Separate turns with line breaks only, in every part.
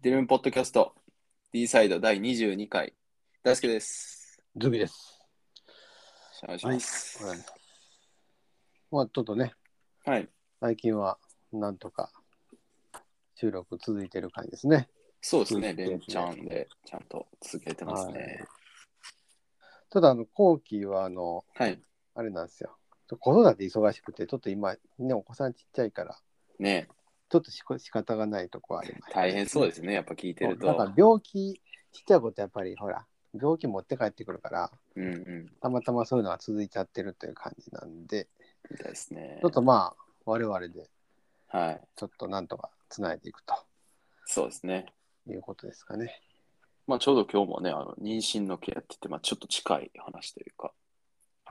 デルムポッドキャスト D サイド第22回大輔です。
ズビです。
お願いします。
はいまあ、ちょっとね、
はい。
最近はなんとか収録続いてる感じですね。
そうです
う
ね。
ん
連チャンでちゃんと続けてますね。
ただ、あの、後期は、あの、
はい。
あれなんですよ。子育て忙しくて、ちょっと今、ね、お子さんちっちゃいから、
ね
ちょっとしこ仕方がないとこはあります、。
大変そうですすね。やっぱ聞いて
な
る
ん
と。
か病気、ちっちゃいことやっぱり、ほら、病気持って帰ってくるから、
うんうん。
たまたまそういうのが続いちゃってるという感じなんで、
みたいですね
ちょ。っとまあ、我々で、
はい。
ちょっとなんとかつないでいくと
そうですね。
いうことですかね。
まあちょうど今日もね、あの妊娠のケアって言って、まあちょっと近い話というか。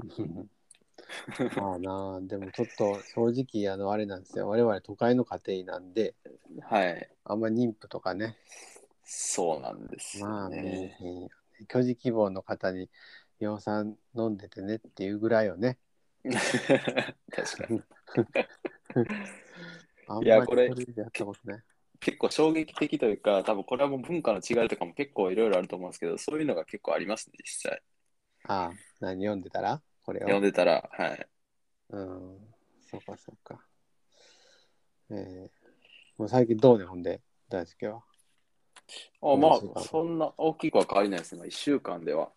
まあなあでもちょっと正直あのあれなんですよ我々都会の家庭なんで
はい。
あんま妊婦とかね
そうなんです
ま
よ
あ見え
ね。
へんよね居住希望の方に養蚕飲んでてねっていうぐらいよね
確かに。
あんま
いやこれ
一人でやったことない
結構衝撃的というか、多分これはもう文化の違いとかも結構いろいろあると思うんですけど、そういうのが結構ありますね、実際。
ああ何読んでたらこれ
読ん
を
でたら、はい。
うんそうかそうかええもう最近どうねほんで大輔は、
あま
そう
あ、
か
そんな大きくは変わりないですね。1週間では、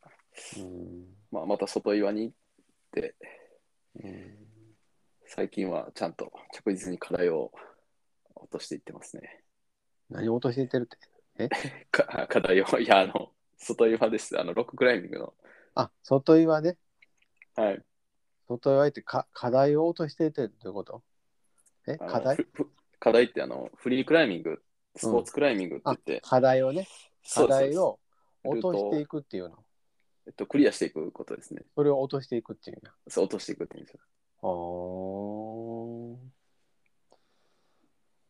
うん
まあ、また外岩に行って、
うん、
最近はちゃんと着実に課題を落としていってますね。
何を落としていってるって
か 課題を、いや、あの、外岩です。あの、ロッククライミングの。
あ外岩ね
はい。
外岩ってか課題を落としていってるということえ
あの
課題
ふふ課題って、あの、フリークライミング、スポーツクライミングって言って、
課題をね
そ
課
うです
題
そ
を
う
落
ですルー
と
ト
して
を
いくっていうの
えっと、クリアしていくことですね。
それを落としていくっていうんや
そう、落としていくっていうんですよ。
お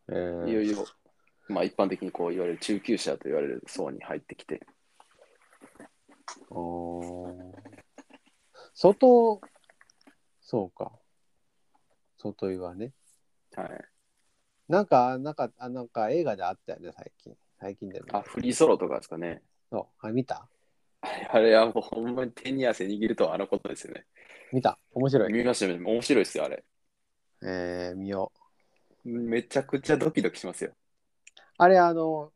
えー、
いよいよ、まあ、一般的にこう言われる中級者と言われる層に入ってきて、
おー外そうか外岩ね
はい。
なんかなんかあなんか映画であったよね最近最近で
あ、フリーソロとかですかね。
そうあ見た
あれはもうほんまに手に汗握るとはあのことですよね。
見た面白い、
見ましたよね。面白いですよ、あれ。
えー、見よう
めちゃくちゃドキドキしますよ。
あれ、あの、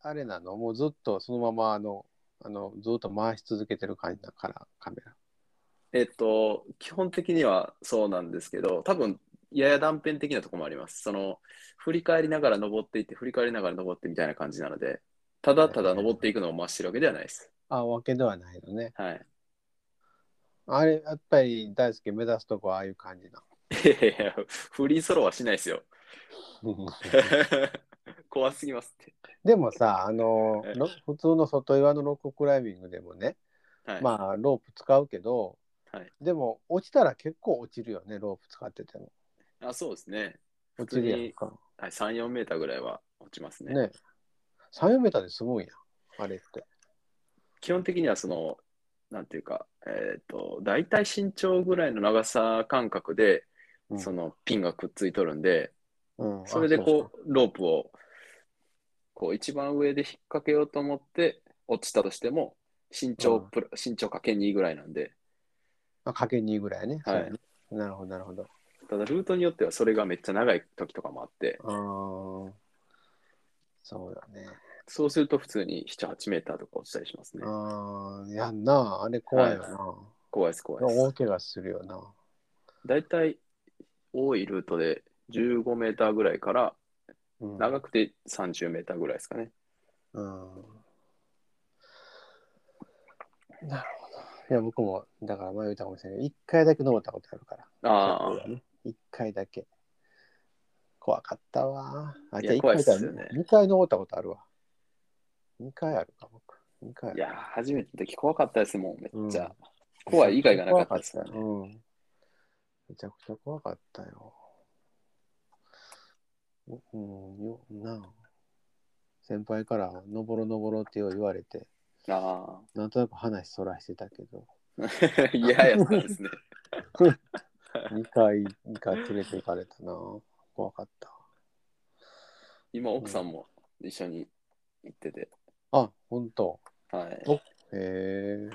あれなの、もうずっとそのまま、あの、あのずっと回し続けてる感じだから、カメラ。
えっと、基本的にはそうなんですけど、多分やや断片的なとこもあります。その、振り返りながら登っていって、振り返りながら登ってみたいな感じなので、ただただ登っていくのを増してるわけではないです。
あ、わけではないのね。
はい。
あれ、やっぱり大輔目指すとこはああいう感じな。
いやいやいやフリーソロはしないですよ。 怖すぎますって。
でもさ、あの
え、え
ろ普通の外岩のロッククライミングでもね、
はい、
まあ、ロープ使うけど、
はい
でも、落ちたら結構落ちるよね、ロープ使ってても。
あそうですね。
落ちるやんか。
はい、3、4メーターぐらいは落ちますね。
ね。3メーターで済むんや、あれって。
基本的にはその、なんていうか、えっ、と、大体身長ぐらいの長さ感覚で、
うん
そのピンがくっついとるんで、
うん、あ
それでこう、ロープを、こう、一番上で引っ掛けようと思って、落ちたとしても、身長プラ、身長かけ2ぐらいなんで、
あ、かけ2ぐらいね。
はい
そうねなるほど、なるほど。
ただルートによってはそれがめっちゃ長い時とかもあって、
あーそうだね。
そうすると普通に7、8メーターとか落ちたりしますね。
ああ、やんな、あれ怖いよな。
怖いです、怖いです。
大怪我するよな。
大体、多いルートで15メーターぐらいから、
うん、
長くて30メーターぐらいですかね。
うん。なるほど。いや、僕も、だから前言ったかもしれないけど、一回だけ登ったことあるから。
ああ、
一回だけ。怖かったわ。あ、
い
じ
や
ゃあ一
怖いっ
回
す
だ、
よね
二回登ったことあるわ。二回あるか、僕。二回あ
い
る。
やー、初めての時怖かったですもん、めっちゃ。
うん
怖い以外がなかったですも
よ
んね。
うん。めちゃくちゃ怖かったよ。ううん、よ、なあ先輩から、登ろう登ろうってよう言われて、
あ
なんとなく話そらしてたけ ど、
あ、嫌やったんですね。
2回、2回連れて行かれたな。怖かった。
今、奥さんも一緒に行ってて。
あ、本当。
はい。
へえ。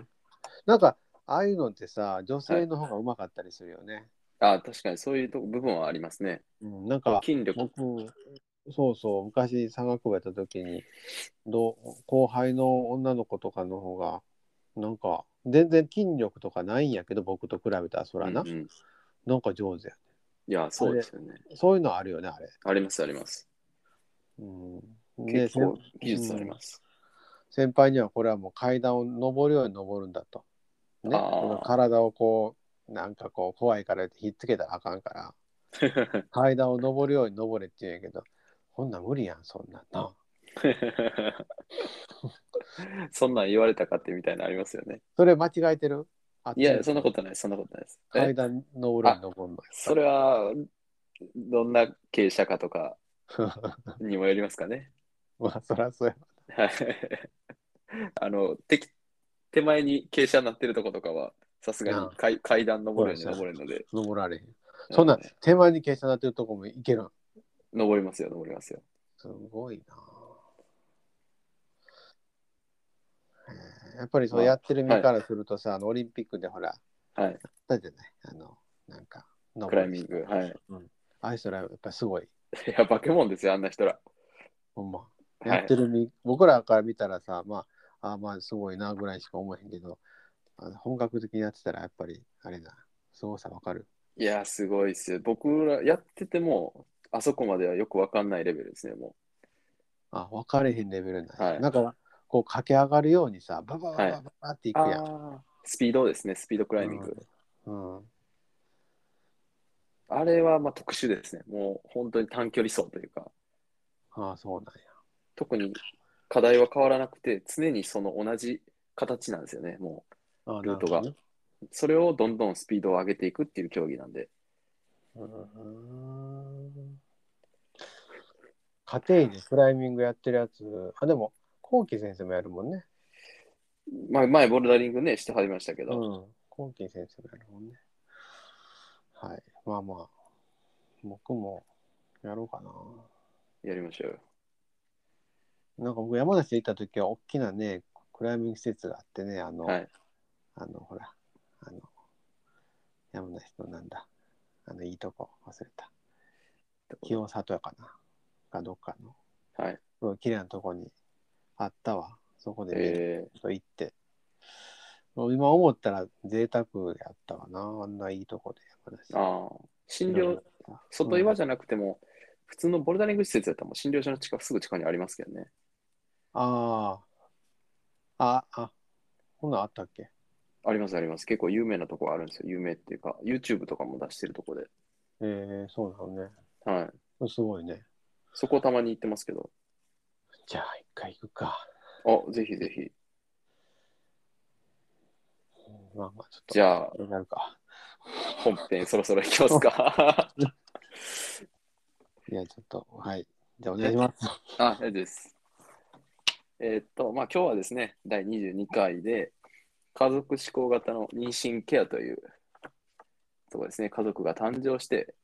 なんか、ああいうのってさ、女性の方がうまかったりするよね。
あ確かにそういうとこ部分はありますね。
うん、なんか、
筋力。
僕、そうそう、昔、山岳部やった時に、どう後輩の女の子とかの方が、なんか、全然筋力とかないんやけど、僕と比べたら、そらな、
うんうん
なんか上手や。
いや、そうですよね。
そういうのあるよね、あれ。
あります、あります。
うん、で
結構
先
技術あります。
先輩にはこれはもう階段を上るように上るんだと。ね、
あー
この体をこうなんかこう怖いからってひっつけたらあかんから階段を上るように上れって言うんやけどこんなん無理やんそんなんな。
そんなん言われたかってみたいなのありますよね。
それ間違えてるあ
いや、そんなことない、そんなことないです。
階
え
段上るように登るの。
そ れは、どんな傾斜かとかにもよりますかね。
まあそらそうや。
はい。 あの、てき手前に傾斜になってるとことかは、さすがに階階段登るように登れるので、
登られへん。そんなん手前に傾斜なってるとこも行けるん。
登りますよ、登りますよ。
すごいな。えーやっぱりそうやってる身からするとさ、あのオリンピックでほら、
はい、
だじゃない、あの、なんか、
クライミング。はい。
うん、ああいう人らやっぱすごい、
いや、化け物ですよ、あんな人ら。
ほんま。
は
や
い
って。る身、僕らから見たらさ、まあ、ああまあすごいなぐらいしか思えへんけど、あの本格的にやってたらやっぱり、あれだ、すごさわかる。
いや、すごいっすよ。僕らやってても、あそこまではよくわかんないレベルですね、も
あ、分かれへんレベルなんや
はい
なんか、こう駆け上がるようにさ、ババババ
はい。
ババっていうくやん。
スピードですね、スピードクライミング。
うん。
あれはまあ特殊ですね。もう本当に短距離走というか、
ああ、そうなんや。
特に課題は変わらなくて、常にその同じ形なんですよね、も
ああ
ルートが
なる
う。それをどんどんスピードを上げていくっていう競技なんで。
ほどねうん家庭でクライミングやってるやつ、あ、でも、コウキ先生もやるもんね。
まあ、前、ボルダリングね、してはりましたけ
う
ど、
ん。コウキ先生もやるもんね。はい。まあまあ、僕もやろうかな。
やりましょうよ。
なんか僕、山梨行った時は、大きなね、クライミング施設があってね、あの、
はい。
あの、ほら、あの、山梨のなんだ、あの、いいとこ忘れた。清里やかな。がどっかの。
はい。
すごい綺麗なとこにあったわ。そこで見る
え
と行って。もう今思ったら贅沢やったわな。あんないいとこで山梨。
ー、ああ、診
いろい
療
ろあった
外岩じゃなくても、普通のボルダリング施設だったらもう診療所の近くすぐ近くにありますけどね。
ああ。あ、あ、こんなんあったっけ
ありますあります。結構有名なところあるんですよ。有名っていうか、YouTube とかも出してるとこで。
ええそうなのね。
はい。
すごいね。
そこたまに行ってますけど。
じゃあ、一回行くか。
あ、ぜひぜひ。
うんまあまあ、ちょっと。
じ
ゃ
ゃあ、
あ、なるか。
本編そろそろ行きますか。
いや、ちょっと、はい。じゃあ、お願いします。
あ、大丈夫です。えーっと、まあ今日はですね、第22回で、家族志向型の妊娠ケアというとこですね、家族が誕生して、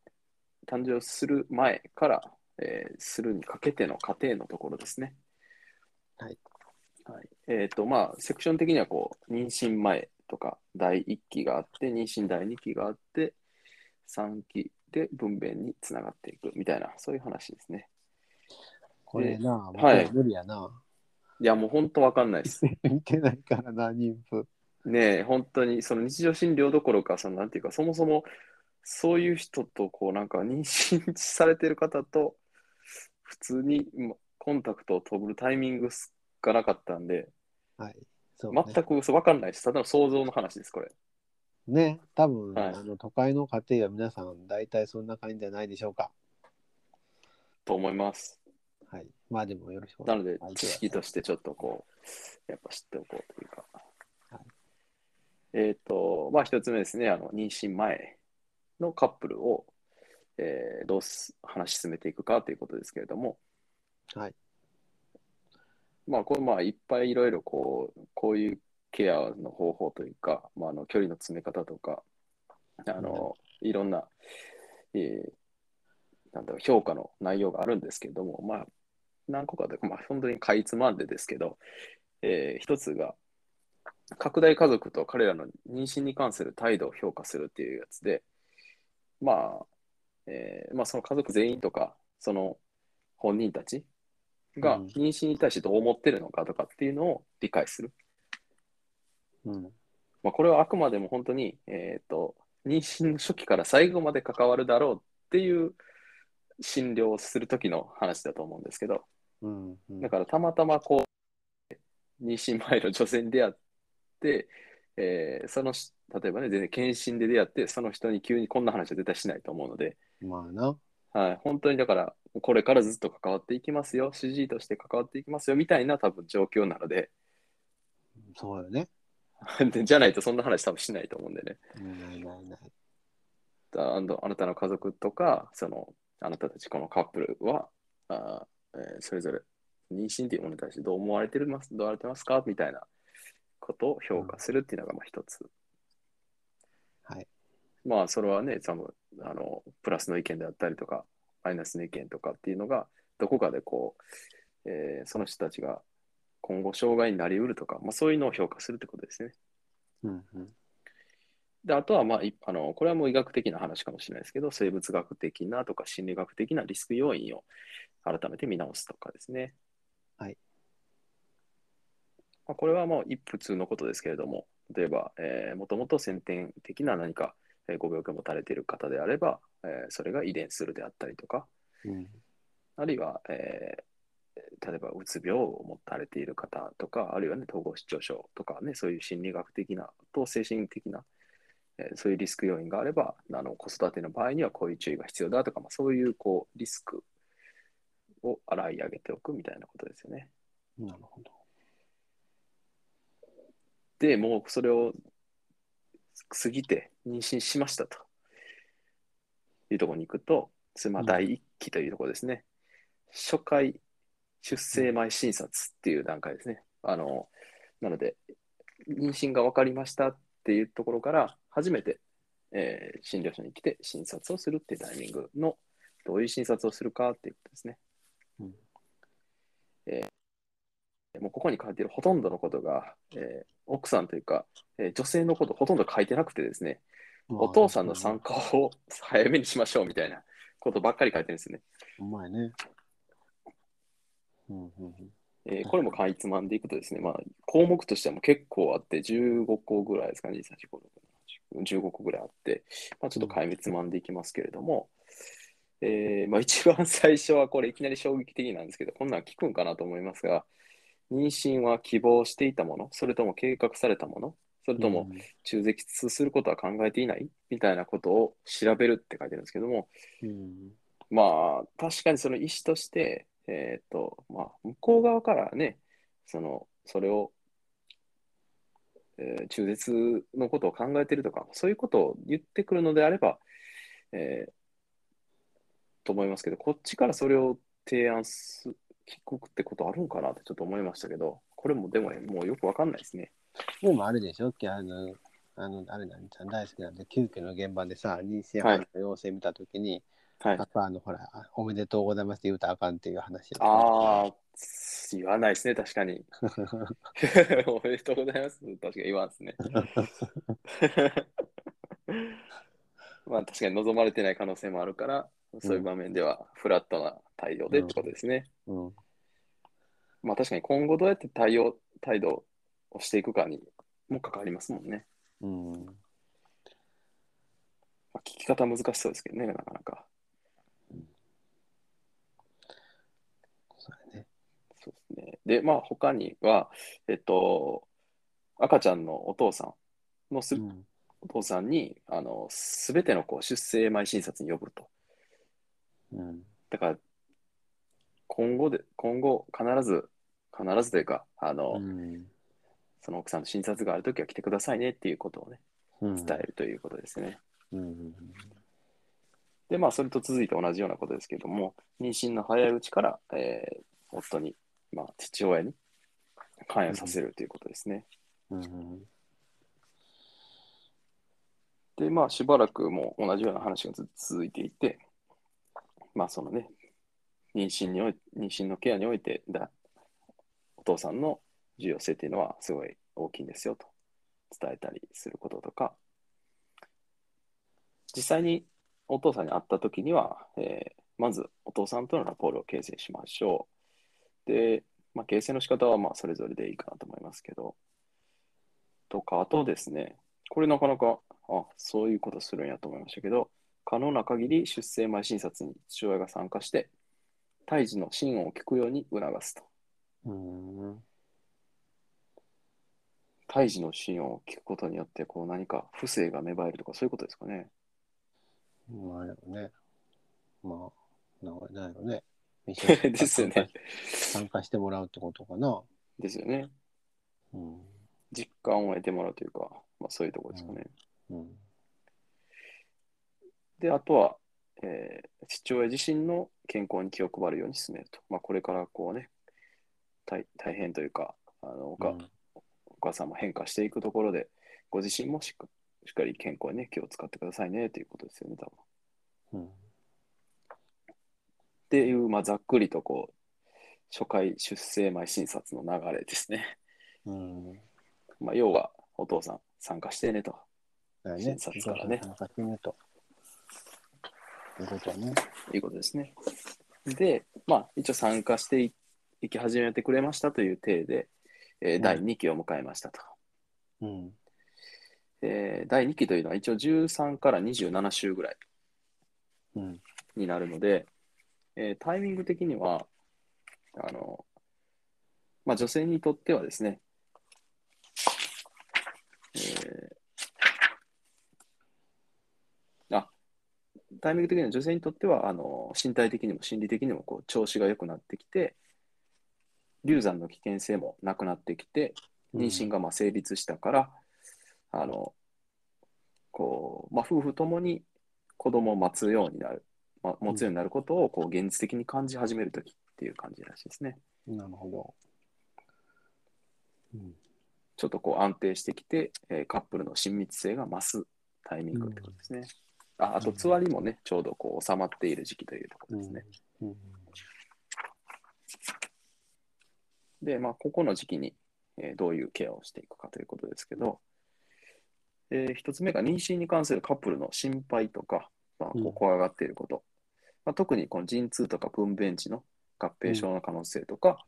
誕生する前から、えーするにかけての過程のところですね。
はい。
はい、えーっと、まあ、セクション的にはこう、妊娠前とか、第1期があって、妊娠第2期があって、3期で分娩につながっていくみたいな、そういう話ですね。
これな、僕
はい
ら無理やな。
いや、もう本当わかんないです。
見てないからな、妊婦。
ねえ、本当に、その日常診療どころか、そのなんていうか、そもそも、そういう人と、こう、なんか、妊娠されてる方と、普通にまコンタクトを取るタイミングがなかったんで、
はい。そうね
全くそう分かんないです。ただの想像の話です、これ。
ね、多分、
はい
あの都会の家庭は皆さん大体そんな感じじゃないでしょうか。
と思います。
はい。まあでもよろしくお
な
願い
ので
しま、す。
知識としてちょっとこう、やっぱ知っておこうというか
はい。
えっと、まあ一つ目ですね、あの妊娠前のカップルを、えーどうす話し進めていくかということですけれども、
はい。
まあこれまあいっぱいいろいろこう、こういうケアの方法というか、まあ、あの距離の詰め方とか、あの、いろんな、えーなんだろう評価の内容があるんですけれども、まあ、何個かで、まあ、本当にかいつまんでですけど、えー一つが、拡大家族と彼らの妊娠に関する態度を評価するっていうやつで、まあ、えーまあ、その家族全員とか、その本人たちが
うん
妊娠に対してどう思ってるのかとかっていうのを理解する。
うん。
まあ、これはあくまでも本当に、えー、と妊娠の初期から最後まで関わるだろうっていう診療をする時の話だと思うんですけど、
うん。うん
だからたまたまこう妊娠前の女性に出会って、えーそのし例えばね全然検診で出会ってその人に急にこんな話は絶対しないと思うので、
まあな。
はい、本当にだからこれからずっと関わっていきますよ主治医として関わっていきますよみたいな多分状況なので
そうよね。
でじゃないとそんな話多分しないと思うんでね。
うんないないない。
あのあなたの家族とかそのあなたたちこのカップルはあー、えーそれぞれ妊娠というものに対してどう思われてますどう思われてますかみたいなことを評価するっていうのがまあ一つ、
はい
まあそれはねそのあのプラスの意見であったりとかマイナスの意見とかっていうのがどこかでこう、えーその人たちが今後障害になりうるとか、まあ、そういうのを評価するってことですね
うんうん。
で、あとは、まあ、いあの、これはもう医学的な話かもしれないですけど、生物学的なとか心理学的なリスク要因を改めて見直すとかですね。
はい。
まあ、これはもう一普通のことですけれども、例えば、えー、もともと先天的な何か、えーご病気を持たれている方であれば、えーそれが遺伝するであったりとか、
うん。
あるいは、えー例えばうつ病を持たれている方とか、あるいは、ね、統合失調症とか、ね、そういう心理学的なと精神的な、えーそういうリスク要因があれば、あの子育ての場合にはこういう注意が必要だとか、まあ、そういうこうリスクを洗い上げておくみたいなことですよね。
なるほど。
でもうそれを過ぎて妊娠しましたというところに行くと、それまあ
うん
第一期というところですね。初回出生前診察っていう段階ですね。あのなので、妊娠が分かりましたっていうところから、初めて、えー診療所に来て診察をするっていうタイミングの、どういう診察をするかっていうことですね。
うん
えーもうここに書いてるほとんどのことが、えー奥さんというか、えー女性のことほとんど書いてなくてですね、
まあ
お父さんの参加を早めにしましょうみたいなことばっかり書いてるんですね。
うまいね。うんうんうん。
えーこれもかいつまんでいくとですね、まあ、項目としてはもう結構あって、15個ぐらいですかね、2 3 4 5 6 7 15個ぐらいあって、まあ、ちょっとかいめつまんでいきますけれども、えーまあ、一番最初はこれいきなり衝撃的なんですけど、こんなん聞くんかなと思いますが、妊娠は希望していたもの、それとも計画されたもの、それとも中絶することは考えていないみたいなことを調べるって書いてるんですけども、
うん。うん。
まあ、確かにその意思として、えっと、まあ、向こう側からね、その、それを、えー中絶のことを考えてるとか、そういうことを言ってくるのであれば、えーと思いますけど、こっちからそれを提案す、聞くってことあるんかなってちょっと思いましたけど、これもでもね、もうよくわかんないですね。
でもあれでしょあの、あの、あれなんちゃん大好きなんで、急遽の現場でさ、妊娠
はい
判の要請見たときに、
はい
や。っぱあの、ほら、おめでとうございますって言うとあかんっていう話や
ああ、言わないですね、確かに。 おめでとうございます。確かに言わんですね。 まあ確かに望まれてない可能性もあるから、そういう場面ではフラットな対応でってことですね。
うん。
まあ確かに今後どうやって対応、態度をしていくかにも関わりますもんね。
うん。
まあ、聞き方難しそうですけどね、なかなか。
そうやね。
そうですね。で、まあ他には、えっと、赤ちゃんのお父さんのす、
うん。
お父さんにあの全てのこう出生前診察に呼ぶと。
うん。
だから今後で今後必ず必ずというかあの、
うん
その奥さんの診察があるときは来てくださいねっていうことをね
うん。
伝えるということですね。
うん。
でまあそれと続いて同じようなことですけども妊娠の早いうちから、えー夫に、まあ、父親に関与させるということですね。
うん。
でまあしばらくもう同じような話がずっと続いていてまあそのね妊娠におい妊娠のケアにおいてだ、お父さんの重要性っていうのはすごい大きいんですよと伝えたりすることとか、実際にお父さんに会った時には、えーまずお父さんとのラポールを形成しましょう。で、まあ、形成の仕方はまあそれぞれでいいかなと思いますけど、とか、あとですね、これなかなか、あ、そういうことするんやと思いましたけど、可能な限り出生前診察に父親が参加して、胎児の心音を聞くように促すと。
うん。
胎児の心音を聞くことによって、こう何か不正が芽生えるとか、そういうことですかね。
まあ、やろね。まあ、なんかなんやろね。
ですよね。
参加してもらうってことかな。
ですよね。
うん。
実感を得てもらうというか、まあ、そういうところですかね。
うん。
で、あとは、えー父親自身の健康に気を配るように進めると。まあ、これからこうね、大大変というか、あのおか
うん
お母さんも変化していくところで、ご自身もしっかしっかり健康に、ね、気を使ってくださいねということですよね、多分。っ
うん。
ていう、まあ、ざっくりとこう、初回出生前診察の流れですね。
うん。
まあ、要は、お父さん参加してねと。
だよね。
診察からね
なんか決めと。いうことね。
いうことですね。で、まあ、一応参加していいき始めてくれましたという体で、えー
うん
第2期を迎えましたと、
うん。
えー第2期というのは一応13から27週ぐらい
うん。
になるので、えータイミング的には、あの、まあ、女性にとってはですね、えーあ、タイミング的には女性にとっては、あの、身体的にも心理的にも、こう、調子が良くなってきて、流産の危険性もなくなってきて、妊娠
が。
がまあ成立したから、あのこうまあ、夫婦ともに子供を待つようになる、まあ、持つようになることをこう現実的に感じ始めるときっていう感じらしいですね。
なるほど。うん。
ちょっとこう安定してきて、えーカップルの親密性が増すタイミングってことですね。ああと、つわりもね、ちょうどこう収まっている時期というところですね。
うん。
で、まあ、ここの時期に、えーどういうケアをしていくかということですけど、え1つ目が妊娠に関するカップルの心配とか、まあ、こ
う
うん怖がっていること、まあ、特にこの陣痛とか分娩時の合併症の可能性とか、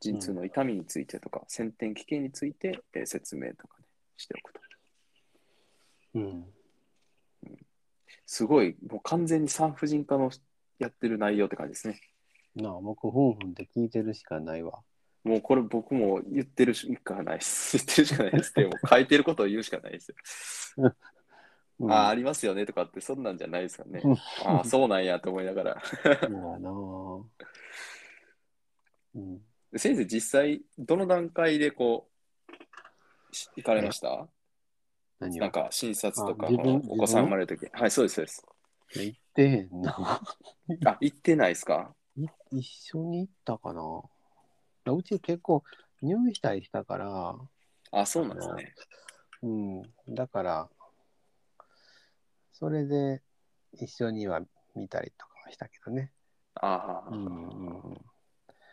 陣痛の痛みについてとか、先天危険について、えー説明とか、ね、しておくと。
うん。
すごい、もう完全に産婦人科のやってる内容って感じですね。
なあ、僕、ふんふんって聞いてるしかないわ。
もうこれ僕も言ってるしかないです。言ってるしかないですって、もう書いてることを言うしかないですよ。
うん
ああ、ありますよねとかって、そんなんじゃないですかね
うん。
ああ、そうなんやと思いながら。
そうやなぁ。うん。
先生、実際、どの段階でこう、し行かれました
何
なん
を
か診察とか、
あ
こ
自
の
分
お子さん生まれるとき。はい、そうです、そうです。
言ってへんな。
あ、行ってないですか
い一緒に行ったかな。うち結構入院したりしたから、
あ、そうなんですね。
うん。だから、それで一緒には見たりとかはしたけどね。
ああ、
うん。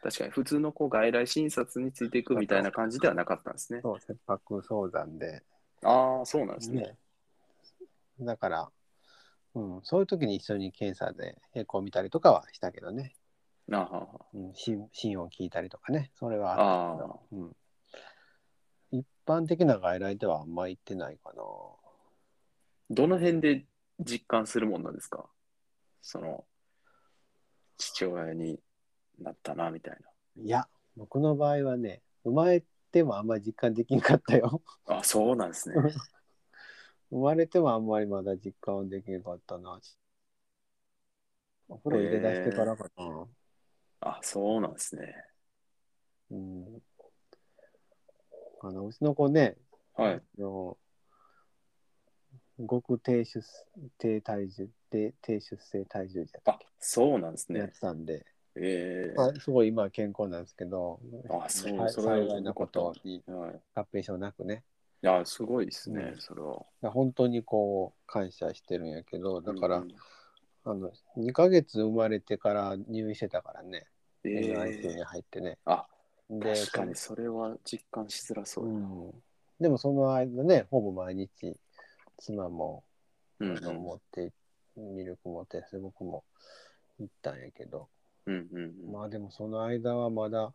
確かに、普通のこう外来診察についていくみたいな感じではなかったんですね。
そう、切迫早産で。
ああ、そうなんですね。
ね。だから、うん、そういう時に一緒に検査でエコー見たりとかはしたけどね。
ああ
うん、心心音聞いたりとかね、それはあ
ああ、
る、うん。一般的な外来ではあんま行ってないかな。
どの辺で実感するもんなんですかその、父親になったな、みたいな。
いや、僕の場合はね、生まれてもあんまり実感できんかったよ。
あ、そうなんですね。
生まれてもあんまりまだ実感はできなかったな。お風呂入れ出してからかな。
あ、そうなんですね。
うん、あのうちの子ね、
はい。
あの極低出低体重低低出生体重じゃ
あ、そうなんです
やっ
ね。
てたんで、
ええ
まあ、すごい今は健康なんですけど、
あそう
はい
それは
幸いなことに
はい。い
合併症なくね、
や、すごいですね
う、ん
それは。
本当にこう感謝してるんやけど、だから、
うん
あの2ヶ月生まれてから入院してたからね、
え
NICU に
え
入ってね
あ
で
確かにそれは実感しづらそうう。
ん、でもその間ねほぼ毎日妻も
う
あ
ん
の持ってミルク持ってそれ僕も行ったんやけど
うんうんうん
まあでもその間はまだ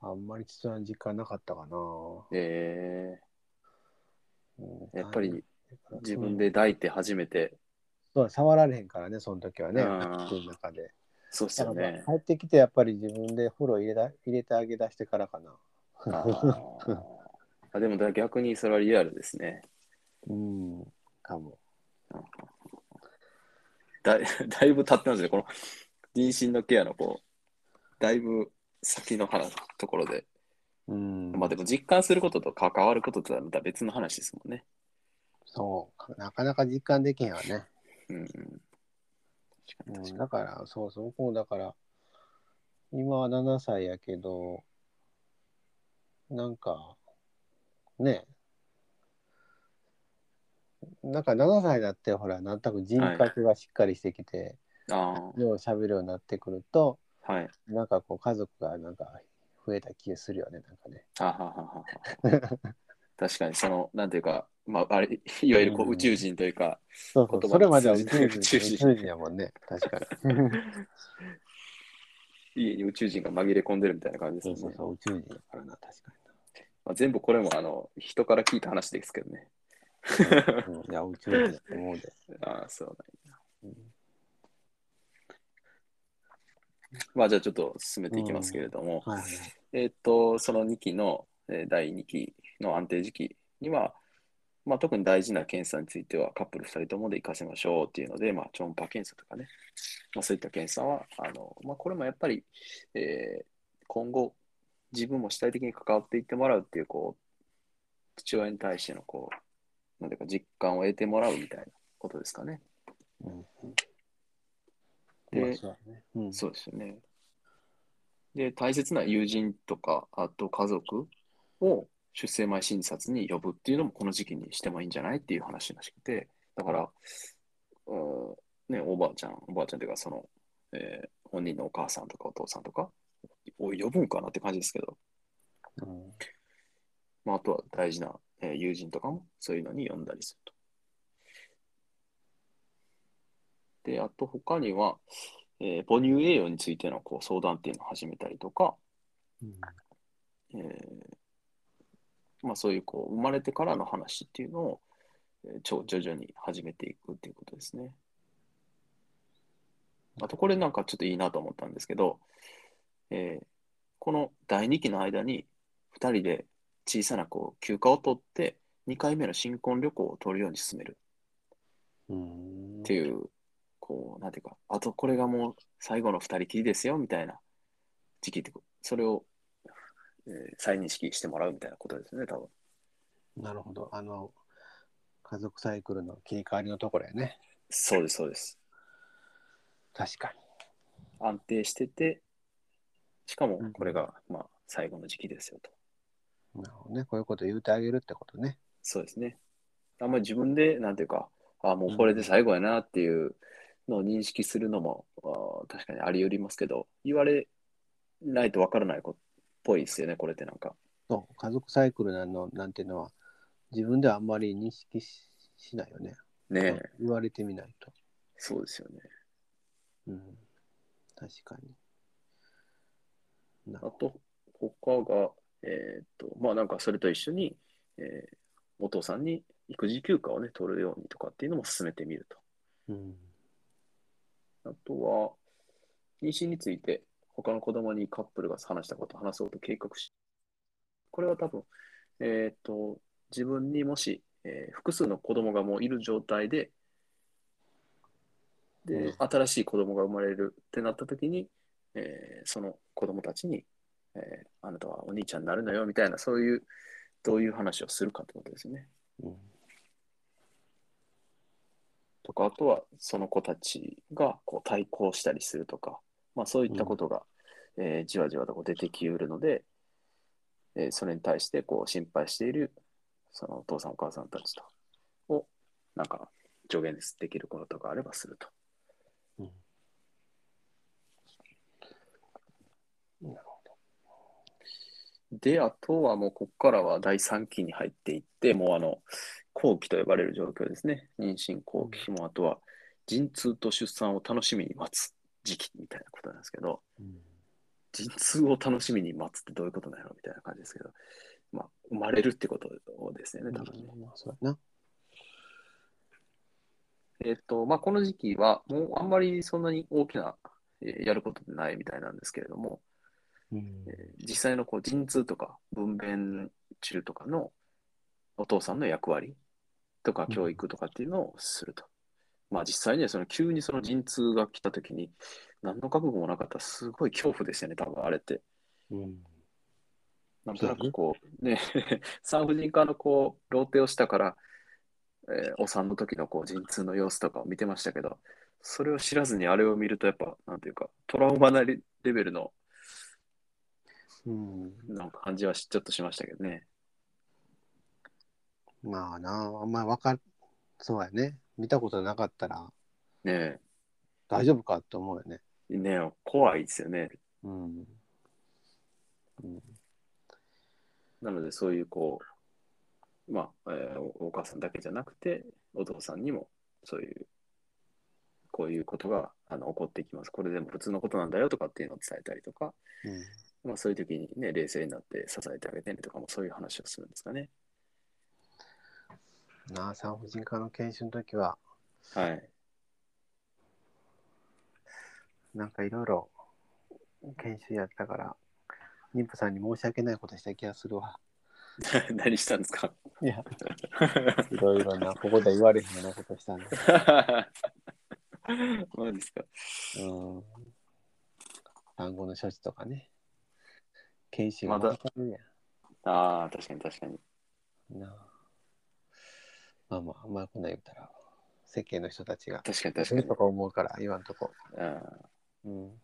あんまり父親の実感なかったかな、
え
う
え
ん
やっぱ
大変
り
だから
自
う
分
ん
で抱いて初めて、
そう触られへんからねその時はね
うん
口の中で
そうっす
だ
よ
から
ね。
帰ってきてやっぱり自分で風呂入れだ入れてあげだしてからかな
あーあでもだ逆にそれはリアルですね。
うんかも
だい だいぶ経ってますね、この妊娠のケアのこう、だいぶ先の話ところで。
うん
まあでも実感することと関わることとはまた別の話ですもんね。
そうなかなか実感できへん わね
うんうん。
う
確かに確か
ん、だから、そうそう、こうだから、今は7歳やけど、なんか、ね、なんか7歳だって、ほら、なんとなく人格がしっかりしてきて、
に。あ
よう喋るようになってくると、
あ、はい。
なんかこう、家族がなんか増えた気がするよね、なんかね。
ははははは 確かにその、なんていうか、まあ、あれ、いわゆるこ
うん
う宇宙人というか、
そうそ
言
う、
葉が
それまでは宇
通じない
宙人、宇
宇宙人
宙人やもんね、確かに。
家に宇宙人が紛れ込んでるみたいな感じですよ
そう
ね。
そうそう、宇宙人やからな、確かに。
まあ、全部これもあの人から聞いた話ですけどね。
うん、いや、宇宙人やと思うで。
ああ、そうなんや
うん
まあじゃあちょっと進めていきますけれども、
はいはい
えーっと、その2期の、えー第2期の安定時期には、まあ、特に大事な検査についてはカップル2人ともで活かせましょうっていうので、まあ、超音波検査とかね、まあ、そういった検査は、あのまあ、これもやっぱり、えー今後、自分も主体的に関わっていってもらうっていう、こう、父親に対しての、こう、なんていうか、実感を得てもらうみたいなことですかね。
うん
で
まあそうだねうん
そうですよね。で、大切な友人とか、あと家族を出生前診察に呼ぶっていうのもこの時期にしてもいいんじゃないっていう話らしくて、だから、うんね、おばあちゃん、おばあちゃんというか、その、えー本人のお母さんとかお父さんとかを呼ぶんかなって感じですけど、
うん
まあ、あとは大事な、えー友人とかもそういうのに呼んだりすると。で、あと他には、えー母乳栄養についてのこう相談っていうのを始めたりとか、えーまあ、そういうこう生まれてからの話っていうのを、えーちょ徐々に始めていくっていうことですね。あとこれなんかちょっといいなと思ったんですけど、えーこの第2期の間に2人で小さなこう休暇を取って2回目の新婚旅行を取るように進める
うん
っていう、こう、なんていうか、あとこれがもう最後の2人きりですよみたいな時期ってこう、それを、えー再認識してもらうみたいなことですね、多分。
なるほどあの家族サイクルの切り替わりのところやね
そうです、そうです。
確か
安定してて、しかも
うん
これが、まあ、最後の時期ですよと。
になるほどねこういうこと言うてあげるってことね
そうですね。あんまり自分で、なんていうか、あもうこれで最後やなっていうのを認識するのも、あ確かにあり得りますけど、言われないと分からないことっぽいですよね、これってなんか。
そう家族サイクルなのなんていうのは自分ではあんまり認識ししないよね、
ねえ、
言われてみないと、
そうですよね。
うん、確かにな
あと、他が、えーっと、まあなんかそれと一緒に、えーお父さんに育児休暇をね、取るようにとかっていうのも進めてみると。
うん
あとは、妊娠について、他の子供にカップルが話したことを話そうと計画し、これは多分、えっと、自分にもし、えー複数の子供がもういる状態で、で、
うん
新しい子供が生まれるってなった時に、えーその子供たちに、えーあなたはお兄ちゃんになるのよみたいな、そういう、どういう話をするかってことですよね。
うん
とか、あとはその子たちがこう対抗したりするとか、まあ、そういったことが、えーじわじわとこう出てきうるので、えーそれに対してこう心配しているそのお父さんお母さんたちとをなんか助言できることがあればすると。で、あとはもうここからは第3期に入っていって、もうあの、後期と呼ばれる状況ですね。妊娠後期も、あとは陣痛と出産を楽しみに待つ時期みたいなことなんですけど、陣痛を楽しみに待つってどういうことなのみたいな感じですけど、まあ、生まれるってことですよね、多分ね。
まあそうやな。
えっと、まあ、この時期は、もうあんまりそんなに大きな、えーやることないみたいなんですけれども、
うん
えー実際のこう陣痛とか分娩中とかのお父さんの役割とか
うん
教育とかっていうのをすると。まあ実際ね、その急にその陣痛が来た時に何の覚悟もなかったらすごい恐怖ですよね、多分あれって。
うん
なんとなくこう、ね、 産婦人科のこう、ローテをしたから、えーお産の時のこう、陣痛の様子とかを見てましたけど、それを知らずにあれを見るとやっぱ、なんていうか、トラウマなレレベルの
うん
なんか感じはしちょっとしましたけどね。
まあなあ、あんまりわかる、そうやね。見たことなかったら
ねえ。
大丈夫かって思うよね。
ね、怖いですよね。
うん。うん
なので、そういう、こう、まあ、えーおお母さんだけじゃなくて、お父さんにも、そういう、こういうことがあの起こっていきます。これでも普通のことなんだよとかっていうのを伝えたりとか、まあ、そういう時にね、冷静になって支えてあげてねとかも、そういう話をするんですかね。
うん、なあ、産婦人科の研修の時は、
はい。
なんかいろいろ研修やったから、妊婦さんに申し訳ないことした気がするわ。
何したんですか
いや、いろいろな、ここで言われへんようなことしたんだ。
マジですか。
うん。産後の処置とかね。研修
まだ
かかるやん。
ああ、確かに確かに。
なあ。まあまあ、まあこんなん言ったら、世間の人たちが、
確かに確
そうい
か
うとか思うから言わんとこ。
に。うん
うん。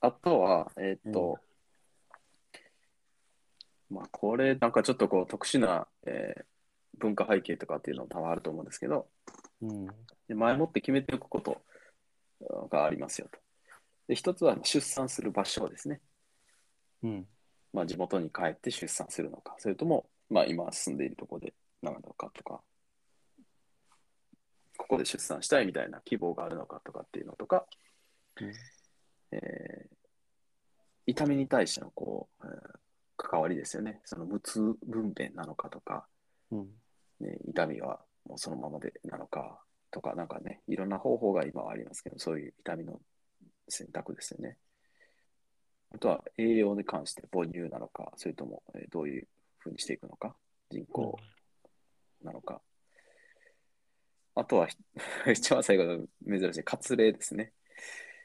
あとは、えーっと、まあ、これ、なんかちょっとこう、特殊な、えー文化背景とかっていうのも多分あると思うんですけど、
うん。
で前もって決めておくことがありますよと。で、一つは出産する場所ですね。
うん。
まあ、地元に帰って出産するのか、それとも、まあ、今住んでいるところでなのかとか、ここで出産したいみたいな希望があるのかとかっていうのとか、
うん
えー痛みに対してのこう、えー関わりですよね。その無痛分娩なのかとか、
うん。
ね、痛みはもうそのままでなのかとか、なんかね、いろんな方法が今はありますけど、そういう痛みの選択ですよね。あとは栄養に関して母乳なのか、それとも、えーどういうふうにしていくのか、人工なのか。あとは、 ひ一番最後の珍しい、割礼ですね。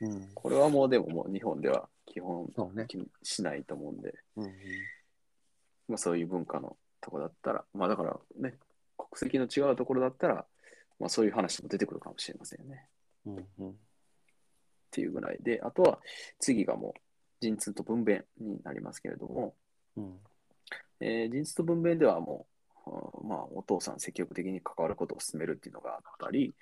うん。
これはもうでももう日本では基本
そうね。
気にしないと思うんで、
うん。
まあ、そういう文化のとこだったら、まあだからね、国籍の違うところだったら、まあそういう話も出てくるかもしれませんよね。っ
うん。うん。
ていうぐらいで、あとは次がもう陣痛と分娩になりますけれども、
うん。
えー陣痛と分娩ではもう、うんまあお父さん積極的に関わることを進めるっていうのがあったり、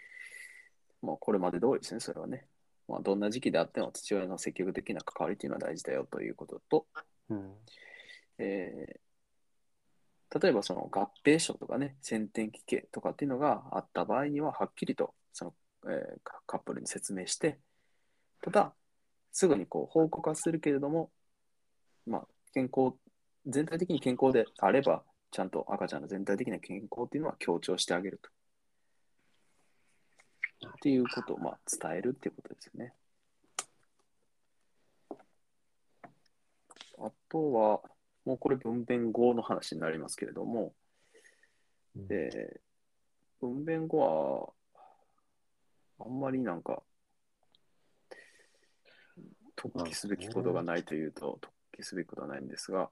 まあこれまで通りですね、それはね。まあどんな時期であっても父親の積極的な関わりっていうのは大事だよということと、
うん。
えー例えばその合併症とかね、先天奇形とかっていうのがあった場合には、はっきりとその、えーカカップルに説明して、ただ、すぐにこう報告はするけれども、まあ、健康、全体的に健康であれば、ちゃんと赤ちゃんの全体的な健康っていうのは強調してあげると。っていうことをまあ伝えるっていうことですよね。あとは、もうこれ分娩後の話になりますけれども、で、分娩後は、あんまりなんか、突起すべきことがないというと、突起すべきことはないんですが、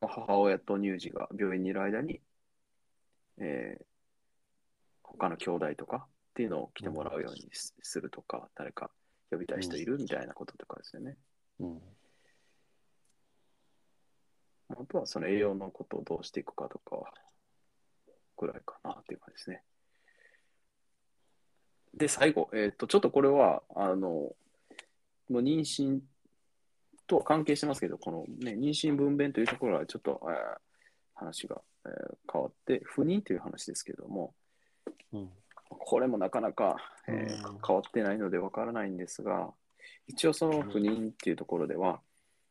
まあ母親と乳児が病院にいる間に、えー他の兄弟とかっていうのを来てもらうようにすするとか、誰か呼びたい人いるみたいなこととかですよね。
うん。
あとはその栄養のことをどうしていくかとかぐらいかなっていう感じですね。で、最後、えっとちょっとこれは、あの、もう妊娠とは関係してますけど、この、ね、妊娠分娩というところはちょっと、えー話が、えー変わって、不妊という話ですけども、
うん
これもなかなか、えー
うん
変わってないのでわからないんですが、一応その不妊っていうところでは、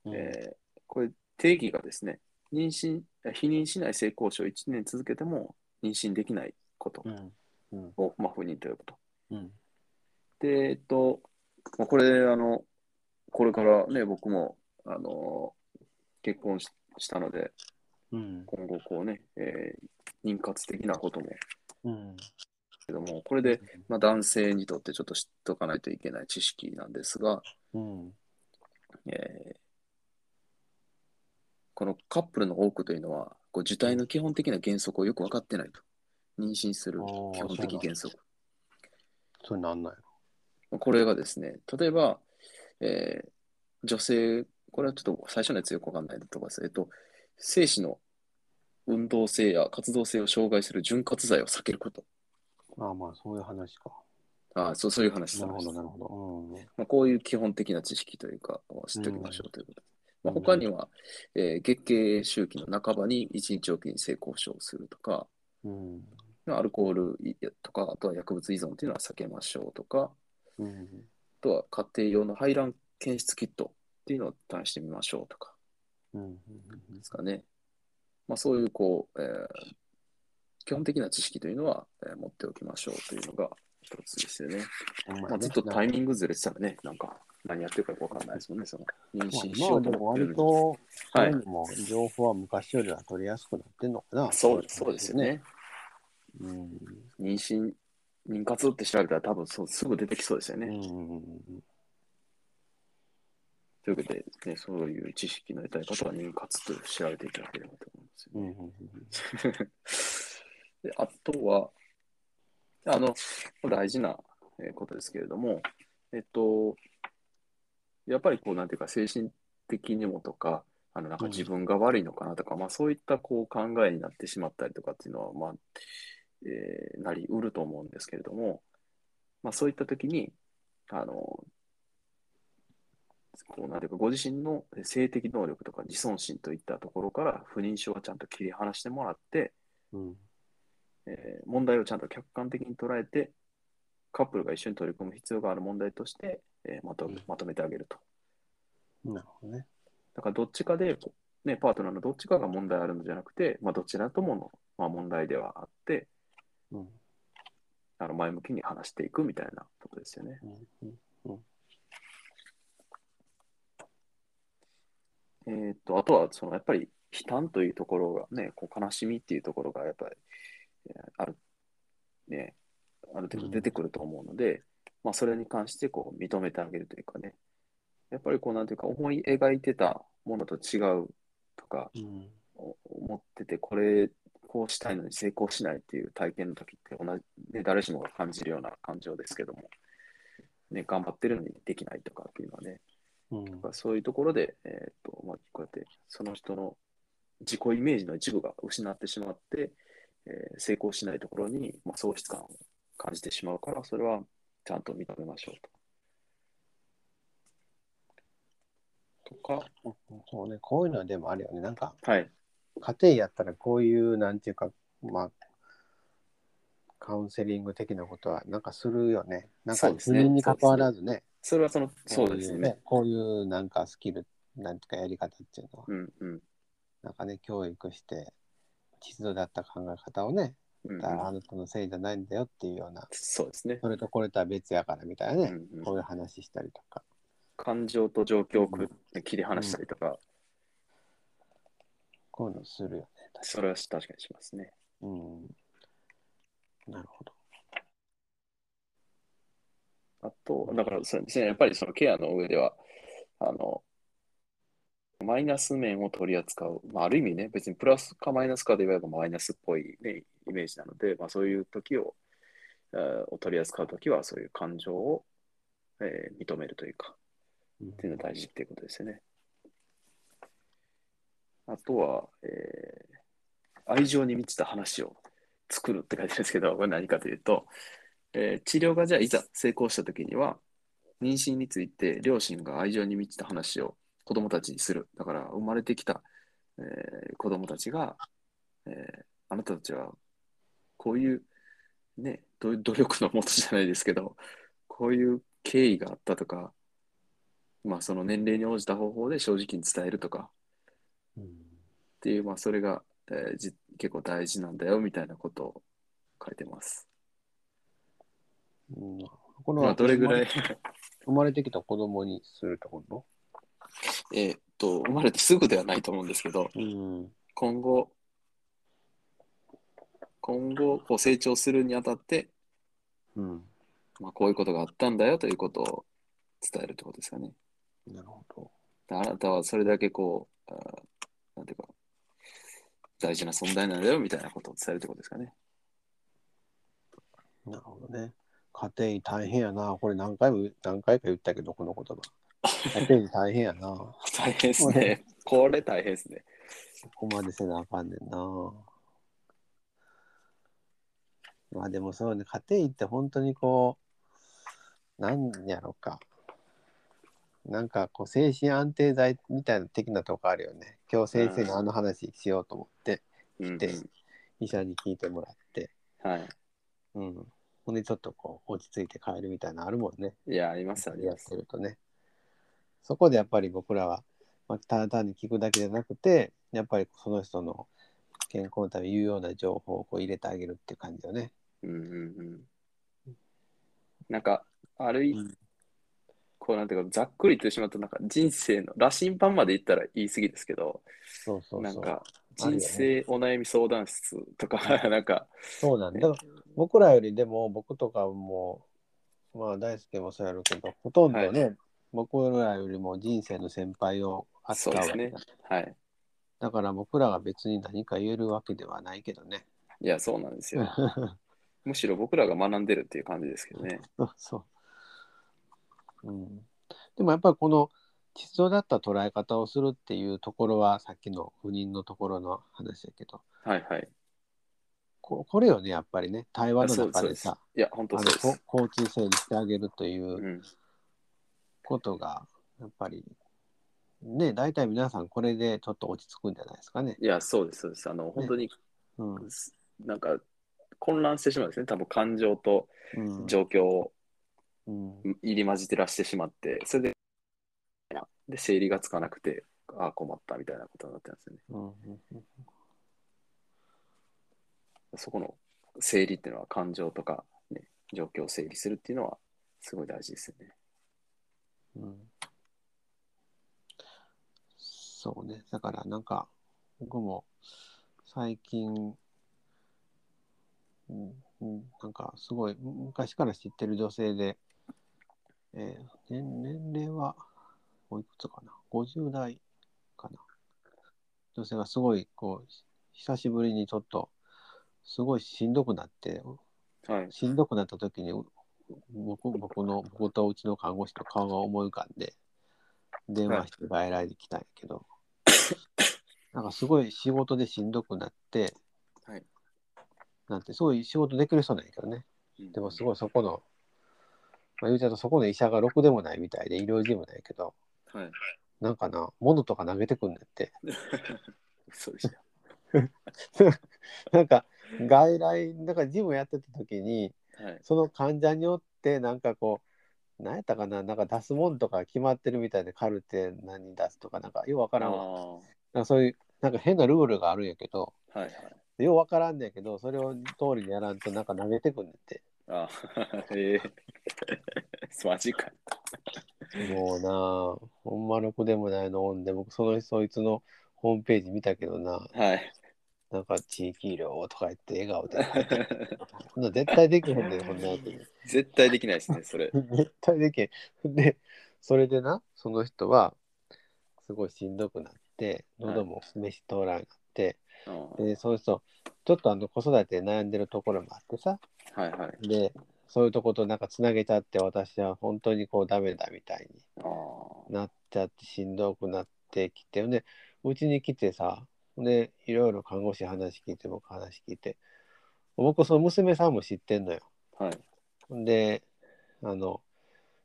うん
えーこれ定義がですね、妊娠、え避妊しない性交渉を1年続けても妊娠できないこと
うんうん
を、まあ、不妊と呼ぶと。
うん
で、えっと、まあ、これ、あの、これからね、僕も、あの、結婚ししたので、
うん
今後、こうね、えー妊活的なことも、
うん
けども、これで、まあ、男性にとってちょっと知っとかないといけない知識なんですが、
うん
えーこのカップルの多くというのは、こう受胎の基本的な原則をよく分かってないと。妊娠する基本的原則。
それなんない
これがですね、例えば、えー女性、これはちょっと最初のやつよくわかんないとかです。えっと、精子の運動性や活動性を障害する潤滑剤を避けること。
のああまあそういう話か
あーそうそういう話です
なるほどなるほどうん
まあ、こういう基本的な知識というか、を知っておきましょうということです。まあ、
うん
他には、えー月経周期の半ばに1日おきに性交渉をするとか、
うん
アルコールとか、あとは薬物依存というのは避けましょうとか、
うん
あとは家庭用の排卵検出キットっていうのを試してみましょうとか。
うん
ですかね。まあ、そういうこう、えー基本的な知識というのは、えー持っておきましょうというのが一つですよね。まあ、ずっとタイミングずれてたらね、なんか何やってるかよくわかんないですもんね、その妊
まあ
娠し
今
よ
は
うと
でも
思ってるのに
割と、
は
はいい、も情報は昔よりは取りやすくなってんのかな。
そうですそうですよ。ね。
うん。
妊娠、妊活って調べたら多分そうすぐ出てきそうですよ
う
ね。
んうんうん
ということで、ね、そういう知識の得たい方は妊活と調べていただければと思いますよね
うんうんうん
であとは、あの、大事なえーことですけれども、えっと、やっぱりこう、なんていうか、精神的にもとか、あのなんか
うん
自分が悪いのかなとか、まあそういったこう考えになってしまったりとかっていうのは、まあ、えーなりうると思うんですけれども、まあそういった時に、あの、こうなんていうか、ご自身の性的能力とか自尊心といったところから不妊症はちゃんと切り離してもらって、
うん
えー問題をちゃんと客観的に捉えて、カップルが一緒に取り組む必要がある問題として、えーまと
うん
まとめてあげると。
うん。なるほどね。
だからどっちかで、ね、パートナーのどっちかが問題あるのじゃなくて、まあ、どちらともの、まあ、問題ではあって、
うん
あの前向きに話していくみたいなことですよね。
うんうん
えーっとあとはそのやっぱり悲嘆というところがね、こう悲しみっていうところがやっぱり、えーある、ね、ある程度出てくると思うので、まあそれに関してこう認めてあげるというかね、やっぱりこうなんていうか思い描いてたものと違うとか、
うん
お思ってて、これ、こうしたいのに成功しないっていう体験の時って同じ、ね、誰しもが感じるような感情ですけども、ね、頑張ってるのにできないとかっていうのはね、
うん
まあそういうところで、えーっとまあ、こうやってその人の自己イメージの一部が失ってしまって、えー成功しないところに、まあ、喪失感を感じてしまうからそれはちゃんと認めましょうと。とか、
そうね、こういうのはでもあるよね。なんか、
はい、
家庭やったらこういう、なんていうか、まあ、カウンセリング的なことは、なんかするよね。なんか、
そうですね
自分に関わらずね、
それはその、そ
こ
う
い
ですね。
こういうなんかスキル、なんていうかやり方っていうのは、
うんうん
なんかね、教育して、実度だった考え方をね、
うんうん
だからあなたのせいじゃないんだよっていうような、
そうですね。
それとこれとは別やからみたいな
う
ね、
んう
こ
ん
ういう話したりとか。
感情と状況をく切り離したりとか、
こういうのするよね。
それは確かにしますね。
うん。なるほど。
あと、だからそうですね、やっぱりそのケアの上では、あの、マイナス面を取り扱う、まあ、ある意味ね、別にプラスかマイナスかで言えばマイナスっぽい、ね、イメージなので、まあ、そういう時を、えーを取り扱う時は、そういう感情を、えー認めるというか、
うん
っていうのは大事っていうことですよね。あとは、えー愛情に満ちた話を作るって書いてあるんですけど、これ何かというと、えー治療がじゃあいざ成功したときには、妊娠について両親が愛情に満ちた話を子供たちにする。だから、生まれてきた、えー子供たちが、えーあなたたちは、こういう、ね、どういう努力のもとじゃないですけど、こういう経緯があったとか、まあ、その年齢に応じた方法で正直に伝えるとか、っていう、まあ、それが、えーじ結構大事なんだよみたいなことを書いてます。
うんこれ
まあ、どれぐらい、
生まれてきた子供にするってこと
えーっと、生まれてすぐではないと思うんですけど、
うん。
今後、今後こう成長するにあたって、
うん。
まあ、こういうことがあったんだよということを伝えるってことですかね。
なるほど。
あなたはそれだけこう、あーなんていうか、大事な存在なんだよみたいなことを伝えるってことですかね。
なるほどね。家庭医大変やな。これ何回も何回か言ったけど、この言葉。家庭医大変やな。こ
大変ですね。これ大変ですね。
こまでせなあかんねんな。まあでもそうね、家庭医って本当にこう、なんやろか。なんかこう精神安定剤みたいな的なとこあるよね。今日先生のあの話しようと思って、
うん
で医者に聞いてもらって、
はい。
うん。ほんでちょっとこう落ち着いて帰るみたいなのあるもんね。
いや、あります、あり
や
ま
っ
す
て。るとね。そこでやっぱり僕らは、まあ、ただ単に聞くだけじゃなくて、やっぱりその人の健康のために有用な情報をこう入れてあげるっていう感じよね。
うんうんうん。なんか、あるい、
うん
こうなんていうか、ざっくり言ってしまうと、なんか人生の、羅針盤まで言ったら言い過ぎですけど、
そうそうそう。
なんか、
あるよね
人生お悩み相談室とか、なんか、
そうなんだ。だから僕らよりでも、僕とかも、まあ大輔もそうやるけど、ほとんどね、僕らよりも人生の先輩を扱うわけ
そうですねはい。
だから僕らが別に何か言えるわけではないけどね。
いや、そうなんですよ。むしろ僕らが学んでるっていう感じですけどね。
そうそう。うん、でもやっぱりこの実像だった捉え方をするっていうところはさっきの不妊のところの話だけど
はいはい。
ここれよねやっぱりね対
あ
話
そ
の
うです
中
そうで
ですさ。
いや、本当
あ
そう
の
です。、
こ交通整理してあげるといううんことがやっぱりね大体皆さんこれでちょっと落ち着くんじゃないですかね。
いや、そうです、そうです。あの、本当に、
うんう
なんか、混乱してしまうんですね。多分、感情と
ん
状況を。
うん
入り混じってらしてしまって、それで、で、整理がつかなくて、ああ、困ったみたいなことになってますよね。
うん
そこの整理っていうのは感情とか、ね、状況を整理するっていうのは、すごい大事ですよね。
うんそうね。だからなんか、僕も最近、うんうん、なんかすごいむ昔から知ってる女性で、えー年年齢はおいくつかな ?50 代かな。女性がすごい、こう、久しぶりにちょっと、すごいしんどくなって、
はい。
しんどくなった時にう僕僕の僕とうちの看護師の顔が思い浮かんで電話して外来に来たんやけど、 なんかすごい仕事でしんどくなって、
はい
なんてすごい仕事できる人なんやけどねでもすごいそこの、まあ、言うちゃうとそこの医者がろくでもないみたいで医療事務なんやけど
はい。
なんかな物とか投げてくんねんって
そうでした。
なんか外来なんか事務やってた時に
はい。
その患者によってなんかこう何やったかななんか出すもんとか決まってるみたいでカルテ何出すとかなんかようわからんわ
は
なんかそういうなんか変なルールがあるんやけど
いはい。
ようわからんねんけどそれを通りにやらんとなんか投げてくんねんって
ああ、 ええ。マジか。
もうなあほんまろくでもないのおんで僕そのそいつのホームページ見たけどな
はい。
なんか地域医療とか言って笑顔で 書いてあるそんな絶対できへんねんこんなやつ
絶対できないですね、そ れ。
絶対できへん。で、それでな、その人は、すごいしんどくなって、喉も飯通らなくて、
うん
で、その人、ちょっとあの子育てで悩んでるところもあってさ、
はいはい。
で、そういうとことなんかつなげちゃって、私は本当にこうダメだみたいに
ああ。
なっちゃって、しんどくなってきて、で、うちに来てさ、で、いろいろ看護師話聞いて、僕話聞いて、僕、その娘さんも知ってんのよ。
はい。
で、あの、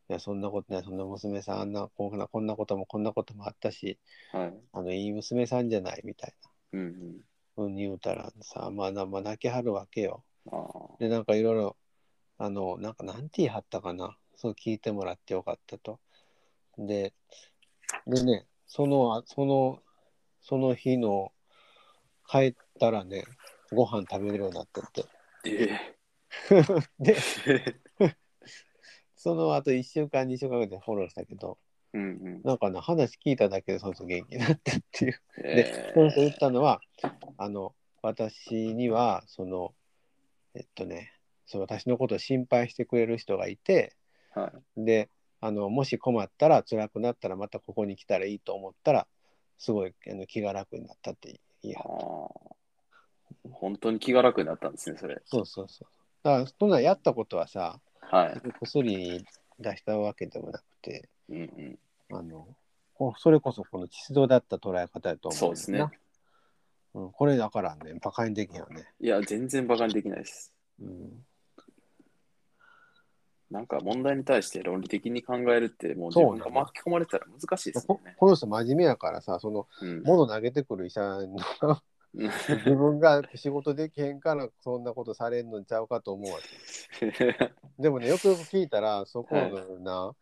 や、そんなことない、そんな娘さん、あんな、こんな、こんなことも、こんなこともあったし、
はい。
あの、いい娘さんじゃない、みたい
うんうん。
なふうに言うたらさ、まあ、なまあ、泣きはるわけよ。
ああ。
で、なんかいろいろ、あの、なんか、なんて言い張ったかな。そう聞いてもらってよかったと。で、でね、その、あその、その日の、帰ったらね、ご飯食べれるようになってて。
え
で、
え。
その後1週間、2週間ぐらいでフォローしたけど、
うんうん。
なんかね、話聞いただけでその人元気になったっていう。で
え、
その人言ったのは、あの、私には、その、えっとね、その私のことを心配してくれる人がいて、
えはい。
で、あの、もし困ったら、辛くなったら、またここに来たらいいと思ったら、すごいあの気が楽になったって言い
あ
はった。
あ。本当に気が楽になったんですね、それ。
そうそうそう。だから、そんなんやったことはさ、
はい。
薬出したわけでもなくて、
うんうん。
あのこそれこそこの秩序だった捉え方やと思
そ
うんだよな
うですね。
うん、これだからね、馬鹿にできんよね。
いや、全然馬鹿にできないです。
うん、
なんか問題に対して論理的に考えるって、もう自
そう
分
な
が
の
巻き込まれたら難しいです
こ
よね。
この人真面目やからさ、その
うん。
物投げてくる医者の
うん
自分が仕事できへんからそんなことされんのちゃうかと思うわけ。でもね、よくよく聞いたら、そこのな、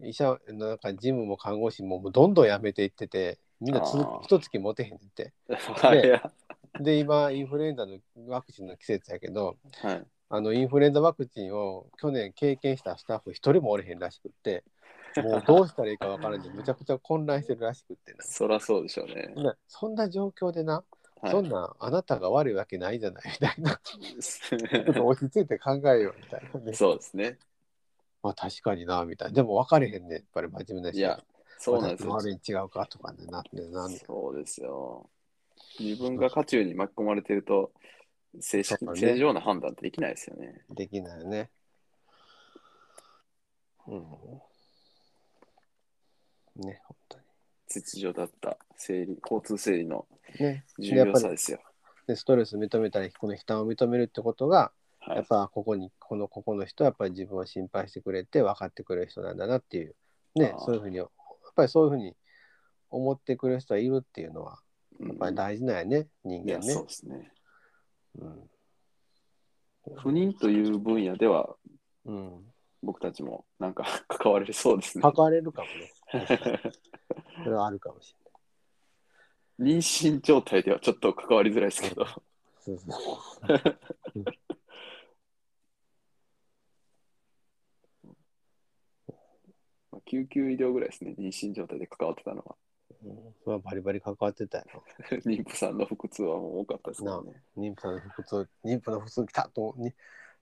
医者のなんか事務も看護師ももうどんどん辞めていってて、みんなつ
あー
一月持てへんねんって。
はいや。
で、今、インフルエンザのワクチンの季節やけど、
はい。
あのインフルエンザワクチンを去年経験したスタッフ一人もおれへんらしくって、もうどうしたらいいかわからんで、むちゃくちゃ混乱してるらしくってな。
そらそうでしょうね。
ねそんな状況でな、
はい
そんなんあなたが悪いわけないじゃない みたいな、ちょっと落ち着いて考えようみたいな ね。
そうですね。
まあ確かにな、みたいな。でも分かれへんねん、やっぱり真面目だし。
いや、そうなんです
私
よ。
悪いに違うかとかね、なってなんで。
そうですよ。自分が渦中に巻き込まれてると、正式
そうだね
正常な判断ってできないですよね。
できないよね。うん。ね、本当
秩序だった整理交通整理の
に。ね。
重
やっ
要
ぱり
さですよ。
でストレス認めたりこの負担を認めるってことが
は
やっ
い、
ぱここにこのここの人はやっぱり自分を心配してくれて分かってくれる人なんだなっていうね
あー
そういうふうにやっぱりそういうふうに思ってくれる人はいるっていうのは
うん
やっぱり大事なんやね、
い
人
や
間ね
そう。ですね。
うん
不妊という分野では
うん、
僕たちもなんか 関われそうですね
関。われるかも ね。確かにそれはあるかもし
妊娠状態ではちょっと関わりづらいですけど。
れない。そうそう
まあ救急医療ぐらいですね、妊娠状態で関わってたのは。
うんまあバリバリ関わってたやろ。
妊婦さんの腹痛はもう多かったですからね。
妊婦さんの腹痛、妊婦の腹痛きたと、に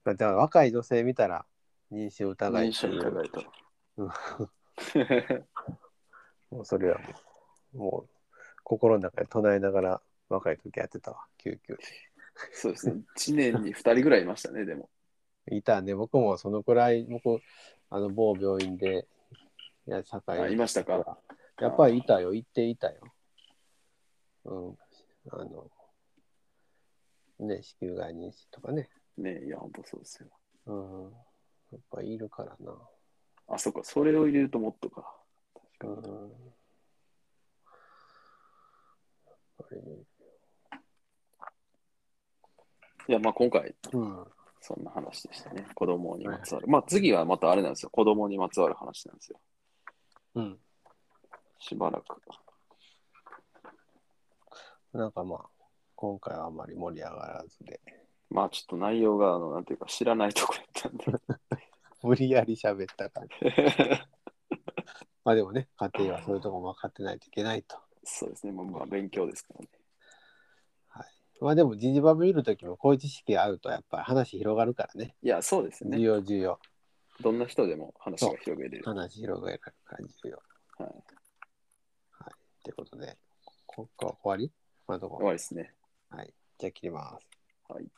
だって若い女性見たら妊娠疑い
妊
って
娠
いう
疑いと。
もうそれはもう、もう心の中で唱えながら若い時やってたわ、救急。
そうです ね、1年に2人ぐらいいましたね、でも。
いたんで、僕もそのくらい、僕、あの某病院で、いや、社
あ
会
いましたか。
やっぱりいたよ、行っていたよ。うん。あの、ね、子宮外妊娠とかね。
ねいや、本当そうですよ。
うん。やっぱいるからな。
あ、そっか、それを入れるともっとか。
う
確か
ん。やっぱり
に。いや、まあ今回、
うん。
そんな話でしたね。子供にまつわる。まあ次はまたあれなんですよ。子供にまつわる話なんですよ。
うん。
しばらく。
なんかまあ、今回はあまり盛り上がらずで。
まあちょっと内容が、あの、なんていうか、知らないとこやった ん
無理やり喋ったから。
で。
まあでもね、家庭はそういうとこも分かってないといけないと。
そうですね、まあ、まあ勉強ですからね。
まあでも、人事バブ見るときもこういう知識があると、やっぱり話広がるからね。
いや、そうです
重
ね。
要、重要。
どんな人でも話が広げれる。
話広がるから重要。
はい
はい。ということで、ここは終わりこのと
終
こ。
わりですね。
はい。じゃあ切ります。
はい。